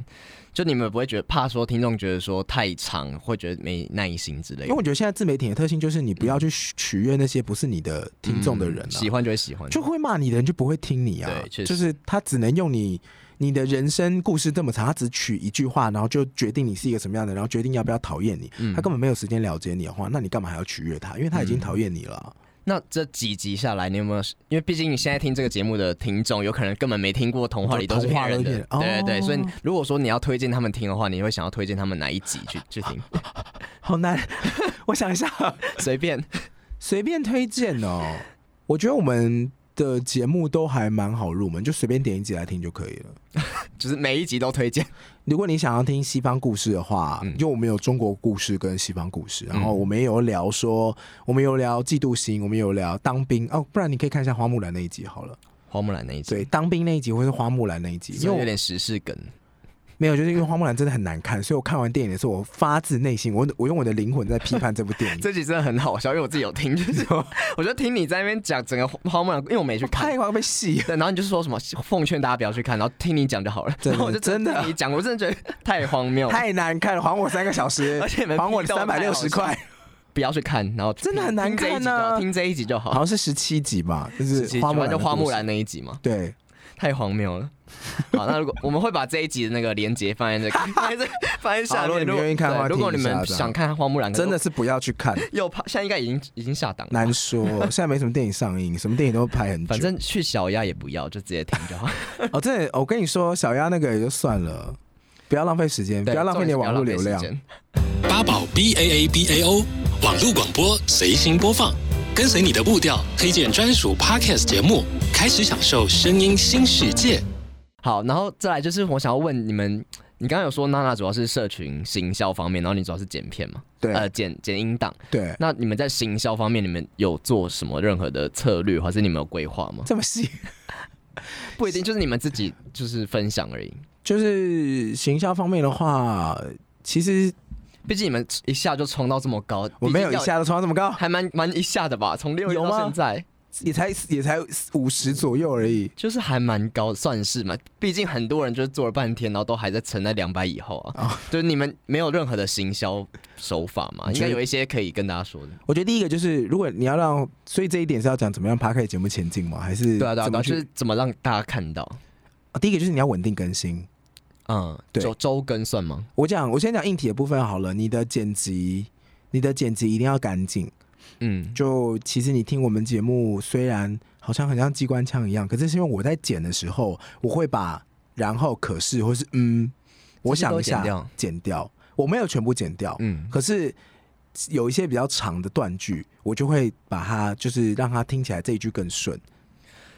S2: 就你们不会觉得怕说听众觉得说太长，会觉得没耐心之类
S3: 因
S2: 的
S3: 为。我觉得现在自媒体的特性就是你不要去取取悦那些不是你的听众的人、啊
S2: 嗯喜欢就会喜欢，
S3: 就会骂你的人就不会听你啊
S2: 对，确实
S3: 就是他只能用你你的人生故事这么长，他只取一句话，然后就决定你是一个什么样的人，然后决定要不要讨厌你，
S2: 嗯
S3: 他根本没有时间了解你的话，那你干嘛还要取悦他？因为他已经讨厌你了啊。
S2: 那这几集下来，你有没有？因为毕竟你现在听这个节目的听众，有可能根本没听过《童话里都是骗人的》
S3: 童话里
S2: 对对对，
S3: 哦
S2: 所以如果说你要推荐他们听的话，你会想要推荐他们哪一集去去听？
S3: 好难，我想一下，
S2: 随便，
S3: 随便推荐哦。我觉得我们的节目都还蛮好入门，就随便点一集来听就可以了。
S2: 就是每一集都推荐。
S3: 如果你想要听西方故事的话，
S2: 嗯
S3: 就我们有中国故事跟西方故事，然后我们也有聊说，我们有聊嫉妒心，我们有聊当兵哦，不然你可以看一下花木兰那一集好了。
S2: 花木兰那一集，
S3: 对，，当兵那一集或是花木兰那一集，因
S2: 因为
S3: 为
S2: 有
S3: 我
S2: 点时事梗。
S3: 没有，就是因为花木兰真的很难看，所以我看完电影的时候，我发自内心，我我用我的灵魂在批判这部电 影，
S2: 这集真的很好笑，因为我自己有听，就是我就听你在那边讲整个哦花木兰，因为我没去看
S3: 哦太。快被戏。
S2: 对，然后你就说什么奉劝大家不要去看，然后听你讲就好了。
S3: 真的
S2: 然后我就
S3: 真的
S2: 听你讲，我真的觉得太荒谬，了，
S3: 太难看了，还我三个小时，
S2: 而且你们
S3: 还我
S2: 批斗
S3: 三
S2: 太
S3: 百六
S2: 好
S3: 十
S2: 笑
S3: 块，
S2: 不要去看，然后
S3: 真的很
S2: 听
S3: 难
S2: 这一集
S3: 看啊
S2: 就好听这一集就好
S3: 好。像是十七集吧，就
S2: 十七
S3: 是花木兰
S2: 就
S3: 的
S2: 花
S3: 故
S2: 木
S3: 事
S2: 兰那一集嘛，
S3: 对，
S2: 太荒谬 了。好，那如果我们会把这一集的那个连接放在这个， 放在这放在下
S3: 好如果
S2: 面。
S3: 你们
S2: 如果
S3: 愿意看的话
S2: 对如果你
S3: 听一下
S2: 们
S3: 这样
S2: 想看花木兰，
S3: 真的是不要去看。
S2: 又怕，现在应该已经已经下档了。
S3: 难说，现在没什么电影上映，什么电影都拍很久。
S2: 反正去小鸭也不要，就直接听 就好。
S3: 哦，真的，我跟你说，小鸭那个也就算了，不要浪费时间，不
S2: 对
S3: 要浪费你的网络流。
S2: 重点是不要
S4: 八
S2: 浪费时。间
S3: 量
S4: 宝 B A A B A O 网络广播随心播放，跟随你的步调，推荐专属 Podcast 节目，开始享受声音新世界。
S2: 好，然后再来就是我想要问你们，你刚刚有说娜娜主要是社群行销方面，然后你主要是剪片嘛？
S3: 对
S2: 呃，剪剪音档。
S3: 对，
S2: 那你们在行销方面，你们有做什么任何的策略，还是你们有规划吗？
S3: 这 么细，
S2: 不一定，就是你们自己就是分享而已。
S3: 就是行销方面的话，其实
S2: 毕竟你们一下就冲到这么高，
S3: 我没有一
S2: 毕竟要，
S3: 下都冲到这么高，
S2: 还蛮蛮一下的吧？从六月
S3: 有
S2: 到
S3: 吗
S2: 现在，
S3: 也才也才五十左右而已。
S2: 就是还蛮高，算是嘛。毕竟很多人就是做了半天，然后都还在沉在两百以后啊。
S3: 哦
S2: 就是你们没有任何的行销手法嘛？应
S3: 觉
S2: 该
S3: 得
S2: 有一些可以跟大家说的。
S3: 我觉得第一个就是，如果你要让，所以这一点是要讲怎么样 p a r k 节目前进吗？还是
S2: 对啊，对啊，
S3: 怎
S2: 对
S3: 么
S2: 啊就
S3: 去
S2: 是？怎么让大家看到？
S3: 哦第一个就是你要稳定更新。
S2: 嗯，
S3: 对
S2: 周周更算吗？
S3: 我讲，我先讲硬体的部分好了，你的剪辑，你的剪辑一定要干净。
S2: 嗯，
S3: 就其实你听我们节目，虽然好像很像机关枪一样，可是是因为我在剪的时候，我会把然后可是或是嗯，我想一
S2: 这些都剪
S3: 下
S2: 掉
S3: 剪掉，我没有全部剪掉，
S2: 嗯
S3: 可是有一些比较长的断句，我就会把它就是让它听起来这一句更顺，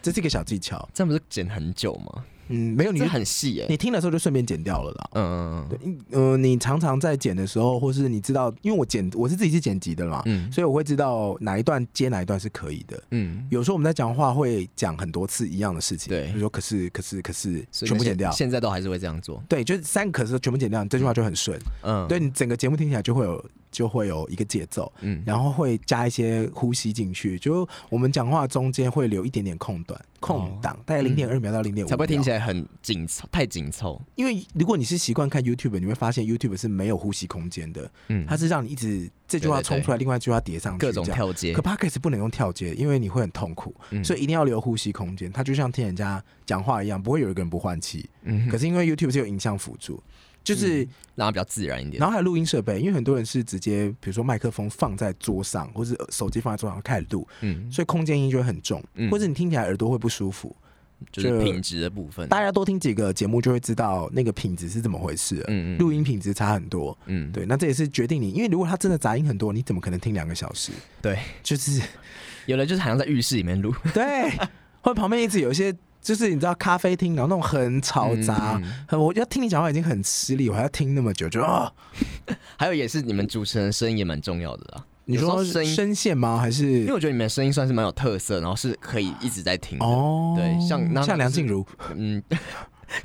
S3: 这是一个小技巧。
S2: 这样不是剪很久吗？
S3: 嗯，没有你
S2: 这
S3: 就
S2: 很细耶、
S3: 你听的时候就顺便剪掉了啦。
S2: 嗯
S3: 对，嗯呃，你常常在剪的时候，或是你知道，因为我剪我是自己是剪辑的嘛，
S2: 嗯
S3: 所以我会知道哪一段接哪一段是可以的。
S2: 嗯，
S3: 有时候我们在讲话会讲很多次一样的事情，
S2: 对
S3: 比如说可是可是可是
S2: 所以
S3: 全部
S2: 现
S3: 剪掉，
S2: 现在都还是会这样做。
S3: 对，就是三个可是全部剪掉，你这句话就很顺，
S2: 嗯，
S3: 对，你整个节目听起来就会有就会有一个节奏，
S2: 嗯，
S3: 然后会加一些呼吸进去，就我们讲话中间会留一点点空段空档，大概零点二秒到零点五，
S2: 哦嗯才不会听起来很紧凑，太紧凑。
S3: 因为如果你是习惯看 YouTube，你会发现 YouTube 是没有呼吸空间的，
S2: 嗯，
S3: 它是让你一直这句话
S2: 对对对
S3: 冲出来，另外一句话叠上去，
S2: 各种
S3: 这样。
S2: 跳接
S3: 可。Podcast 不能用跳接，因为你会很痛苦，
S2: 嗯
S3: 所以一定要留呼吸空间。它就像听人家讲话一样，不会有一个人不换气。
S2: 嗯，
S3: 可是因为 YouTube 是有影像辅助，就是、
S2: 让它比较自然一点
S3: 然。后还有录音设备，因为很多人是直接比如说麦克风放在桌上，或是呃手机放在桌上开始录，
S2: 嗯，
S3: 所以空间音就会很重，
S2: 嗯
S3: 或者你听起来耳朵会不舒服。
S2: 就是
S3: 就
S2: 品质的部分。
S3: 大家多听几个节目就会知道那个品质是怎么回事了。
S2: 嗯嗯
S3: 录音品质差很多，
S2: 嗯，
S3: 对，那这也是决定你，因为如果它真的杂音很多，你怎么可能听两个小时？
S2: 对，
S3: 就是
S2: 有的就是好像在浴室里面录，
S3: 对，或者旁边一直有一些，就是你知道咖啡厅，然后那种很吵杂，
S2: 嗯嗯
S3: 很我要听你讲话已经很吃力，我还要听那么久，就啊，
S2: 还有也是你们主持人声音也蛮重要的啦。
S3: 你
S2: 有时候
S3: 说
S2: 声音，
S3: 声线吗？还
S2: 因
S3: 是
S2: 为我觉得你们的声音算是蛮有特色，然后是可以一直在听的。
S3: 哦，
S2: 对像那
S3: 像梁静茹，
S2: 嗯，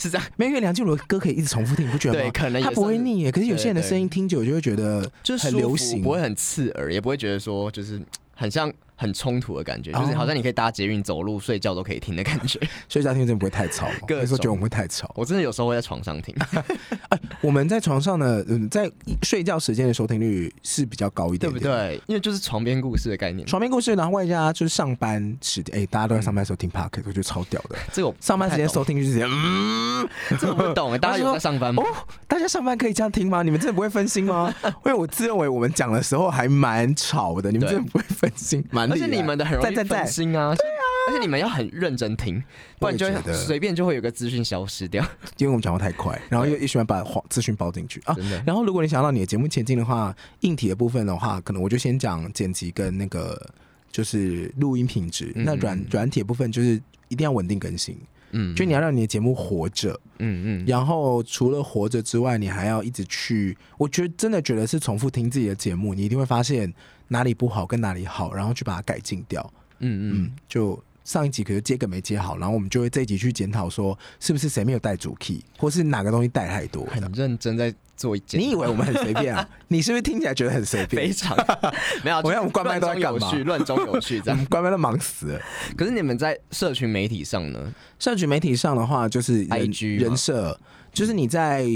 S2: 是这样，
S3: 没有因为梁静茹的歌可以一直重复听，你不觉得吗？
S2: 对可能也
S3: 她不
S2: 算
S3: 会
S2: 是
S3: 腻耶，可是有些人的
S2: 对对
S3: 声音听久就会觉得
S2: 就是
S3: 很
S2: 舒
S3: 流
S2: 服
S3: 行，
S2: 不会很刺耳，也不会觉得说就是很像很冲突的感觉，就是
S3: 哦
S2: 好像你可以搭捷运、走路、睡觉都可以听的感觉。
S3: 睡觉听真的不会太吵吗？
S2: 各
S3: 有时候觉得
S2: 种
S3: 我们会太吵。
S2: 我真的有时候会在床上 听，
S3: 我们在床上呢，嗯，在睡觉时间的收听率是比较高一
S2: 对
S3: 点
S2: 不
S3: 点，
S2: 对？因为就是床边故事的概念，
S3: 床边故事，然后外加就是上班时间，哎、大家都在上班的时候听 p o c a s t 我觉得超屌的。
S2: 这个我
S3: 上班时间
S2: 不太
S3: 收听率是这样，嗯，
S2: 懂，这个我不懂欸，大家有在上班吗
S3: 哦？，大家上班可以这样听吗？你们真的不会分心 吗？因为我自认为我们讲的时候还蛮吵的，你们
S2: 对
S3: 真的不会分心，蛮
S2: 而
S3: 厉
S2: 且
S3: 害。
S2: 你们的很容易
S3: 在在
S2: 分
S3: 在，
S2: 心啊，对啊，而且你们要很认真听，不然就
S3: 我也觉
S2: 会
S3: 得
S2: 随便就会有个资讯消失 掉。
S3: 因为我们讲话太快，然后又也喜欢把黄资讯包进去啊
S2: 真的。
S3: 然后如果你想到你的节目前进的话，硬体的部分的话，可能我就先讲剪辑跟那个就是录音品质。
S2: 嗯
S3: 那软软体的部分就是一定要稳定更新，
S2: 嗯，
S3: 就你要让你的节目活着。
S2: 嗯嗯
S3: 然后除了活着之外，你还要一直去，我觉得真的觉得是重复听自己的节目，你一定会发现哪里不好跟哪里好，然后去把它改进掉。
S2: 嗯嗯，
S3: 嗯，就上一集可能接梗没接好，然后我们就会这一集去检讨说，是不是谁没有带主 key，或是哪个东西带太多。
S2: 很认真在做一件。
S3: 你以为我们很随便啊？你是不是听起来觉得很 随
S2: 非
S3: 便？
S2: 常没有？
S3: 我看我们关麦都在干
S2: 乱
S3: 嘛
S2: 中有序乱中有序这
S3: 我
S2: 样
S3: 们。乖乖嗯都忙死了。
S2: 可是你们在社群媒体上呢？
S3: 社群媒体上的话，就是人
S2: IG 嘛
S3: 人设，就是你在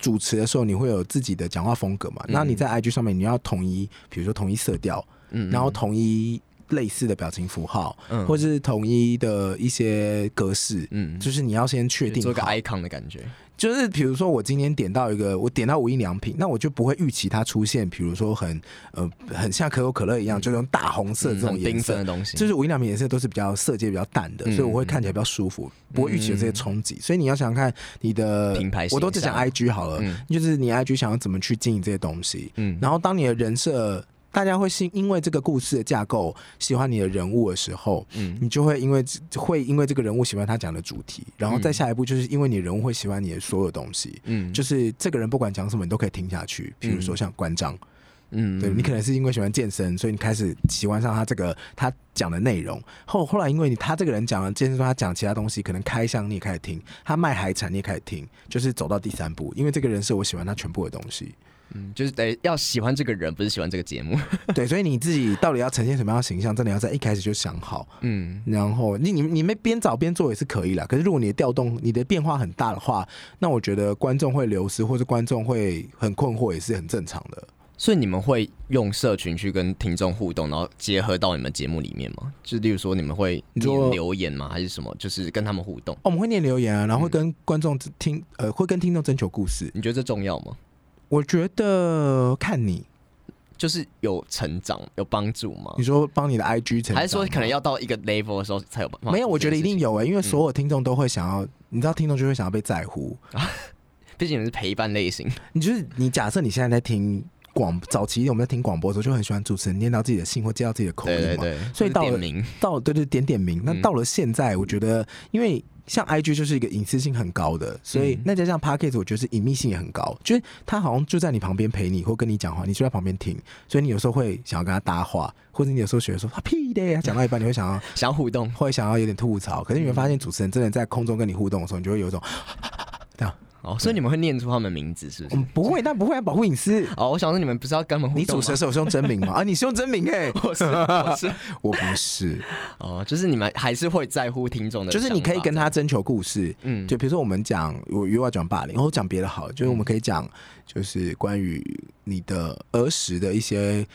S3: 主持的时候，你会有自己的讲话风格嘛？那、你在 IG 上面，你要统一，比如说统一色调，
S2: 嗯，
S3: 然后统一类似的表情符号，
S2: 嗯
S3: 或是统一的一些格式，
S2: 嗯
S3: 就是你要先确定
S2: 做一个
S3: 好
S2: icon 的感觉。
S3: 就是比如说我今天点到一个，我点到无印良品，那我就不会预期它出现，比如说很呃很像可口可乐一样，就那种大红色这
S2: 嗯
S3: 种
S2: 很
S3: 颜
S2: 缤
S3: 色
S2: 纷的东西
S3: 就是无印良品颜色都是比较色阶比较淡的，
S2: 嗯
S3: 所以我会看起来比较舒服，不会预期有这些冲击。所以你要想想看你的
S2: 品牌形象
S3: 我都只讲 IG 好了，
S2: 嗯
S3: 就是你 IG 想要怎么去经营这些东西，
S2: 嗯
S3: 然后当你的人设。大家会是因为这个故事的架构喜欢你的人物的时候，
S2: 嗯
S3: 你就会因为会因为这个人物喜欢他讲的主题，然后再下一步就是因为你的人物会喜欢你的所有东西，
S2: 嗯
S3: 就是这个人不管讲什么你都可以听下去。比如说像关张，
S2: 嗯
S3: 对你可能是因为喜欢健身，所以你开始喜欢上他这个他讲的内容。后后来因为你他这个人讲了健身，说他讲其他东西，可能开箱你也开始听，他卖海产你也开始听，就是走到第三步，因为这个人是我喜欢他全部的东西。
S2: 嗯就是得要喜欢这个人，不是喜欢这个节目。
S3: 对，所以你自己到底要呈现什么样的形象，真的要在一开始就想好。
S2: 嗯
S3: 然后你你你们边找边做也是可以啦。可是如果你的调动你的变化很大的话，那我觉得观众会流失，或是观众会很困惑，也是很正常的。
S2: 所以你们会用社群去跟听众互动，然后结合到你们节目里面吗？就例如说，你们会
S3: 你说
S2: 念留言吗？还是什么？就是跟他们互动？
S3: 哦我们会念留言啊，
S2: 嗯
S3: 然后会跟观众听，呃，会跟听众征求故事。
S2: 你觉得这重要吗？
S3: 我觉得看你，
S2: 就是有成长、有帮助吗
S3: 你？说帮你的 IG 成长吗，
S2: 还是说可能要哦到一个 level 的时候才有办法？
S3: 没有？我觉得一定，有哎、因为所有听众都会想要，你知道，听众就会想要被在乎。
S2: 毕竟你们是陪伴类型。
S3: 你就是你，假设你现在在听广早期我们在听广播的时候，就很喜欢主持人念到自己的姓或介绍自己的口音
S2: 对
S3: 嘛。
S2: 对嗯对，
S3: 所以到
S2: 或是
S3: 了
S2: 点名，
S3: 到对对点点名。那到了现在，我觉得因为。像 IG 就是一个隐私性很高的，所以
S2: 嗯
S3: 那加上 Podcast，我觉得是隐秘性也很高，就是他好像就在你旁边陪你，或跟你讲话，你就在旁边听，所以你有时候会想要跟他搭话，或者你有时候觉得说他屁的，他讲到一半你会想要
S2: 想互动，
S3: 会想要有点吐槽，可是你会发
S2: 嗯
S3: 现主持人真的在空中跟你互动的时候，你就会有一种这样，
S2: 哦，所以你们会念出他们名字是不
S3: 我
S2: 是
S3: 们？嗯不会，但不会啊保护隐私。
S2: 哦，我想说你们不是要跟他们互
S3: 你主
S2: 动
S3: 持的
S2: 吗？
S3: 时候是用真名吗？啊，你是用真名哎、
S2: 我是我是
S3: 我不是，
S2: 哦，就是你们还是会在乎听众的想
S3: 就
S2: 法，
S3: 是你可以跟他征求故事，
S2: 嗯
S3: 就比如说我们讲，我又要讲霸凌，然后哦讲别的好了，就是我们可以讲，就是关于你的儿时的一些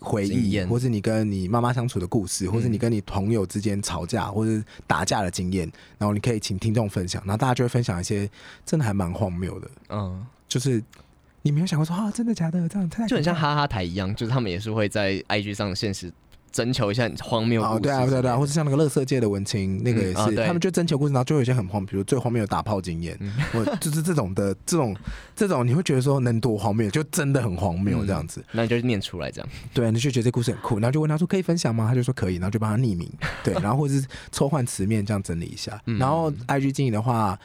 S3: 回
S2: 经
S3: 忆，
S2: 验嗯
S3: 或是你跟你妈妈相处的故事，或是你跟你朋友之间吵架或是打架的经验，然后你可以请听众分享，然后大家就会分享一些真的还蛮荒谬的，
S2: 嗯，
S3: 就是你没有想过说啊，真的假的这样，太
S2: 就很像
S3: 可怕了
S2: 哈哈台一样，就是他们也是会在 IG 上的现实征求一下很荒谬的故
S3: 哦，
S2: 事
S3: 对啊，
S2: 之
S3: 对
S2: 类
S3: 啊，对啊，
S2: 的
S3: 或者像那个乐色界的文青，那个也
S2: 嗯啊
S3: 是，
S2: 对嗯
S3: 他们就征求故事，然后就有一些很荒，比如最荒谬的打炮经验，我就是这种的，这种这种你会觉得说能多荒谬，就真的很荒谬
S2: 嗯
S3: 这样子。
S2: 那你就念出来这样。
S3: 对，你就觉得这故事很酷，然后就问他说可以分享吗？他就说可以，然后就帮他匿名， 对，然后或是抽换词面这样整理一下。
S2: 嗯
S3: 然后 IG 经营的话，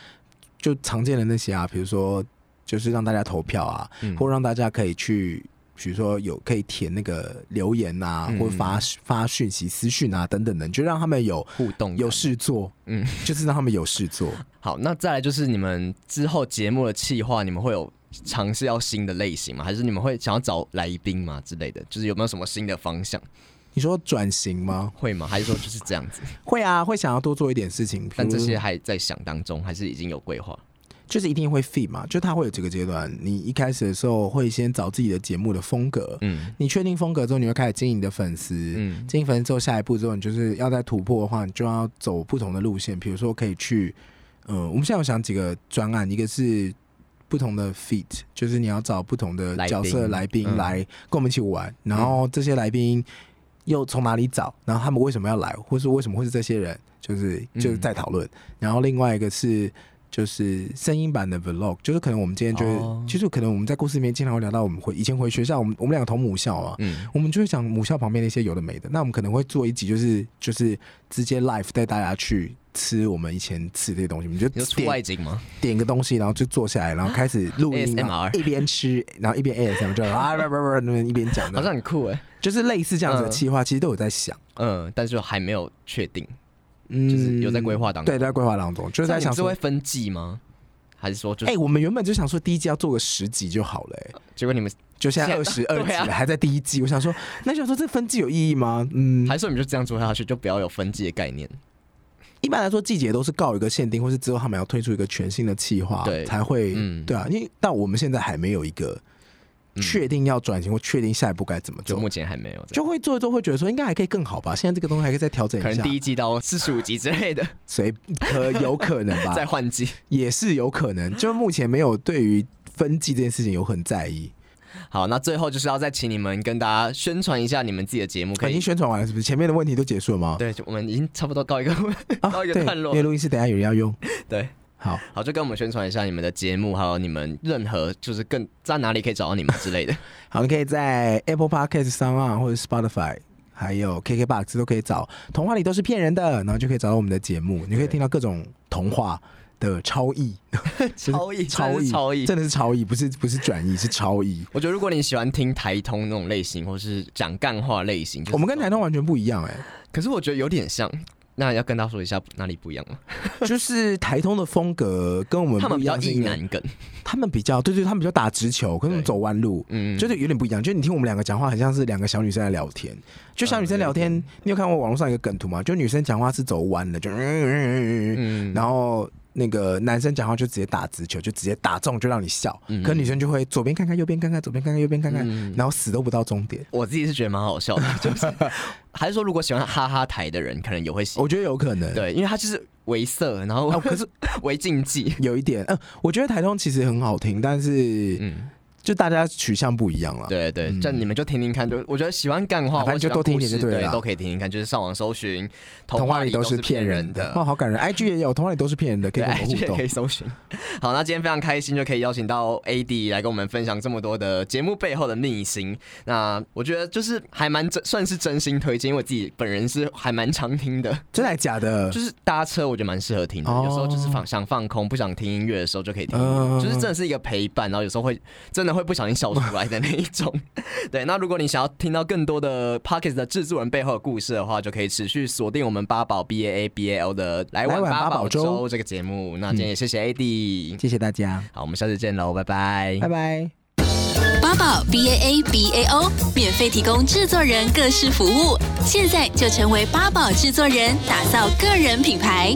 S3: 就常见的那些啊，比如说就是让大家投票啊，
S2: 嗯
S3: 或让大家可以去。比如说有可以填那个留言啊，
S2: 嗯
S3: 或发发讯息、私讯啊等等的，你就让他们有
S2: 互动感
S3: 有事做，
S2: 嗯
S3: 嗯，就是让他们有事做。
S2: 好，那再来就是你们之后节目的企划，你们会有尝试要新的类型吗？还是你们会想要找来宾吗之类的？就是有没有什么新的方向？
S3: 你说转型吗？
S2: 会吗？还是说就是这 样子？
S3: 会啊，会想要多做一点事情，比
S2: 但
S3: 如
S2: 这些还在想当中，还是已经有规划？
S3: 就是一定会 fit 嘛，就它会有几个阶段。你一开始的时候会先找自己的节目的风格，
S2: 嗯
S3: 你确定风格之后，你会开始经营你的粉丝，
S2: 嗯
S3: 经营粉丝之后，下一步之后，你就是要再突破的话，你就要走不同的路线。比如说，可以去，嗯、我们现在有想几个专案，一个是不同的 feat，就是你要找不同的
S2: 来宾
S3: 角色来宾
S2: 嗯
S3: 来跟我们一起玩，然后这些来宾又从哪里找，然后他们为什么要来，或是为什么会是这些人，就是就是
S2: 嗯
S3: 在讨论。然后另外一个是。就是声音版的 vlog，就是可能我们今天就会，
S2: 哦
S3: 其实可能我们在故事里面经常会聊到，我们回以前回学校，我们我们两个同母校啊，
S2: 嗯，
S3: 我们就会讲母校旁边的一些有的没的。那我们可能会做一集，就是就是直接 live 带大家去吃我们以前吃这些东西，我们就
S2: 你说出
S3: 点
S2: 外啊景吗？
S3: 点个东西，然后就坐下来，然后开始录音，
S2: ASMR
S3: 然后一边吃，然后一边 ASM 就 啊不不不那边一边讲
S2: 好像
S3: 的，
S2: 很酷哎、
S3: 就是类似这样子的
S2: 嗯
S3: 计划，其实都有在想，
S2: 嗯，但是还没有确定，
S3: 嗯，
S2: 就是有在规划当中
S3: 对，在规划当中，就是
S2: 那
S3: 在
S2: 你
S3: 想
S2: 们是
S3: 说
S2: 会。分季吗？还是说就
S3: 哎、
S2: 是、
S3: 我们原本就想说第一季要做个十集就好了、哎
S2: 结果你们
S3: 就现在二十
S2: 现在
S3: 二 集
S2: 对啊
S3: 了，还在第一季。我想说，那就想说这分季有意义吗？嗯，
S2: 还是说你们就这样做下去，就不要有分季的概念？
S3: 一般来说，季节都是告一个限定，或是之后他们要推出一个全新的企划，
S2: 对
S3: 才会，
S2: 嗯
S3: 对啊，因为但我们现在还没有一个确定要转型或确定下一步该怎么
S2: 就
S3: 做，
S2: 目前还没有这样，
S3: 就会做一做，会觉得说应该还可以更好吧，现在这个东西还可以再调整
S2: 可
S3: 一
S2: 能
S3: 下
S2: 第，一季到四十五集之类的
S3: 所以可有可能 吧
S2: 再，换季。
S3: 也是有可能，就目前没有对于分季这件事情有很在意，
S2: 好，那最后就是要再请你们跟大家宣传一下你们自己的节目，可
S3: 已
S2: 以
S3: 经。宣传完了是不是？前面的问题都结束了吗？
S2: 对，就我们已经差不多告一个 告
S3: 啊，
S2: 一
S3: 对，
S2: 个段落
S3: 因为。录音室等一下有人要用，
S2: 对，
S3: 好，
S2: 好，就跟我们宣传一下你们的节目，还有你们任何就是更在哪里可以找到你们之 类的。
S3: 好，你可以在 Apple Podcast 上啊，或者 Spotify。还有 KKBox 都可以找，童话里都是骗人的，然后就可以找到我们的节目，你可以听到各种童话的超译，就 是
S2: 超译真的
S3: 超译，
S2: 是超译
S3: 真的是超译，不是不是转译，是超译。
S2: 我觉得如果你喜欢听台通那种类型，或是讲干话类型，就是
S3: 我们跟台东完全不一样哎、
S2: 可是我觉得有点像。那要跟他说一下哪里不一样吗？
S3: 就是台通的风格跟我们
S2: 他们
S3: 不
S2: 比
S3: 一
S2: 较
S3: 样，是
S2: 意
S3: 因为
S2: 南梗，
S3: 他们比较对对，他们比较打直球，跟我们
S2: 对
S3: 走弯路，
S2: 嗯，
S3: 就是有点不一样。就是你听我们两个讲话，很像是两个小女生在聊天。就小女生聊天，
S2: 啊
S3: 你有看过网络上一个梗图吗？就女生讲话是走弯的，就嗯嗯嗯嗯嗯，
S2: 嗯，
S3: 然后那个男生讲话就直接打直球，就直接打中，就让你笑。
S2: 嗯
S3: 可女生就会左边看看，右边看看，左边看看，右边看看，
S2: 嗯
S3: 然后死都不到终点。
S2: 我自己是觉得蛮好笑的， 就是还是说如果喜欢哈哈台的人，可能也会喜欢
S3: 我觉得有可能。。
S2: 对，因为他就是为色，然后、
S3: 哦 哦，可是
S2: 为禁忌，
S3: 呃有一点，嗯、我觉得台东其实很好听，但是
S2: 嗯，
S3: 就大家取向不一样了。
S2: 对对，这、你们就听听看，就我觉得喜欢干话，
S3: 啊嗯啊
S2: 或
S3: 反正就
S2: 喜欢
S3: 多听一
S2: 故
S3: 点就
S2: 事
S3: 对了
S2: 对，
S3: 啦
S2: 都可以听听看，就是上网搜寻，
S3: 童话里
S2: 都
S3: 都是骗
S2: 骗
S3: 人
S2: 的
S3: 哇，。好感人！IG 也有，童话里都是骗人的，可以
S2: 对
S3: 跟我们
S2: ，IG
S3: 互
S2: 也
S3: 动
S2: 可以。搜寻。好，那今天非常开心，就可以邀请到 AD 来跟我们分享这么多的节目背后的秘辛。那我觉得就是还蛮真，算是真心推荐，因为我自己本人是还蛮常听的，
S3: 真的假的？
S2: 就是搭车我觉得蛮适合听的。有时候就是放想放空，不想听音乐的时候就可以听音乐，
S3: 哦嗯
S2: 就是真的是一个陪伴。然后有时候会真的会不小心笑出来的那一 种。对，那如果你想要听到更多的 Pockets 的制作人背后的故事的话，就可以持续锁定我们八宝 B A A B A L 的来玩
S3: 来玩
S2: 八
S3: 八宝
S2: 宝
S3: 粥嗯
S2: 粥这个节目。那今天也谢谢 AD，、
S3: 谢谢大家，
S2: 好，我们下次见喽，拜拜
S3: 拜。拜。
S1: 八宝 B A A B A O 免费提供制作人各式服务，现在就成为八宝制作人，打造个人品牌。